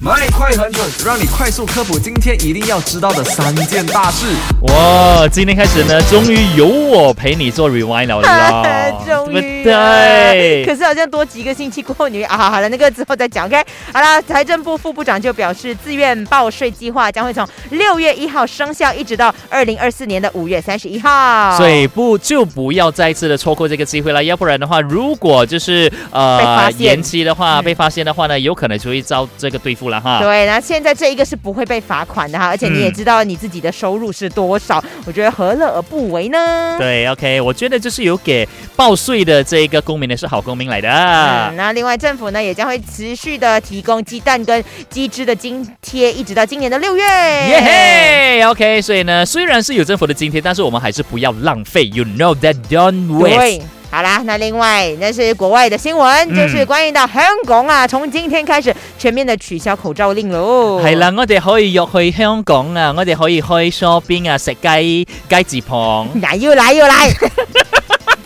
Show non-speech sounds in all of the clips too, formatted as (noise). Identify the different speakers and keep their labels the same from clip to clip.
Speaker 1: 麦快很准，让你快速科普今天一定要知道的三件大事。
Speaker 2: 哇，今天开始呢，终于有我陪你做 rewind (laughs)
Speaker 3: (laughs)
Speaker 2: 了啦，
Speaker 3: 终
Speaker 2: 对不
Speaker 3: 于啊
Speaker 2: 对？
Speaker 3: 可是好像多几个星期过后，你啊，好了，那个之后再讲。OK，好了，财政部副部长就表示，自愿报税计划将会从六月一号生效，一直到二零二四年的五月三十一号。
Speaker 2: 所以不就不要再次的错过这个机会了，要不然的话，如果就是
Speaker 3: 被发
Speaker 2: 呃
Speaker 3: 现
Speaker 2: 延期的话，
Speaker 3: 嗯
Speaker 2: 被发现的话呢，有可能就会遭这个对付了哈。
Speaker 3: 对，啊那现在这一个是不会被罚款的哈，而且你也
Speaker 2: 嗯
Speaker 3: 知道你自己的收入是多少，我觉得何乐而不为呢？
Speaker 2: 对，OK，我啊觉得就是有给报税的这个公民呢是好公民来的。
Speaker 3: 嗯，那另外政府呢也将会持续的提供鸡蛋跟鸡汁的津贴，一直到今年的六月。
Speaker 2: 耶嘿，OK，所以呢，虽然是有政府的津贴，但是我们还是不要浪费，You know that don't waste
Speaker 3: 对。，好啦，那另外那是国外的新闻，
Speaker 2: 嗯
Speaker 3: 就是关于到香港啊，从今天开始全面的取消口罩令喽。
Speaker 2: 系，啦，我哋可以約去香港啊，我哋可以開 shopping 啊，食雞雞字旁。
Speaker 3: 来又来又
Speaker 2: (laughs)
Speaker 3: 来，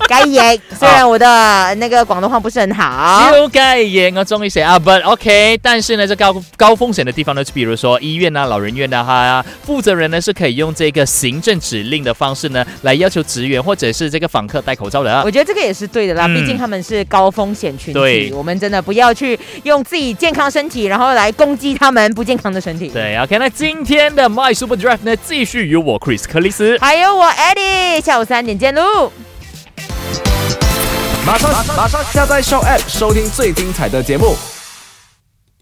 Speaker 3: 该也。虽然我的那个广东话不是很好，
Speaker 2: 烧鸡翼我終於食啊，but OK，但是呢，这高高風險的地方呢，就比如說醫院啊、老人院啊，哈，負責人呢是可以用這個行政指令的方式呢，來要求職员或者是這個訪客戴口罩的啊
Speaker 3: 我。觉得这个也是对的啦，
Speaker 2: 嗯
Speaker 3: 毕竟他们是高风险群体，
Speaker 2: 对
Speaker 3: 我们真的不要去用自己健康身体，然后来攻击他们不健康的身体。。
Speaker 2: 对，OK，那啊今天的 My Super Drive 呢，繼續由我 Chris 克里斯。
Speaker 3: 还有我 Eddie，下午三点见喽。
Speaker 1: 马上马上下载 Show App 收听最精彩的节目。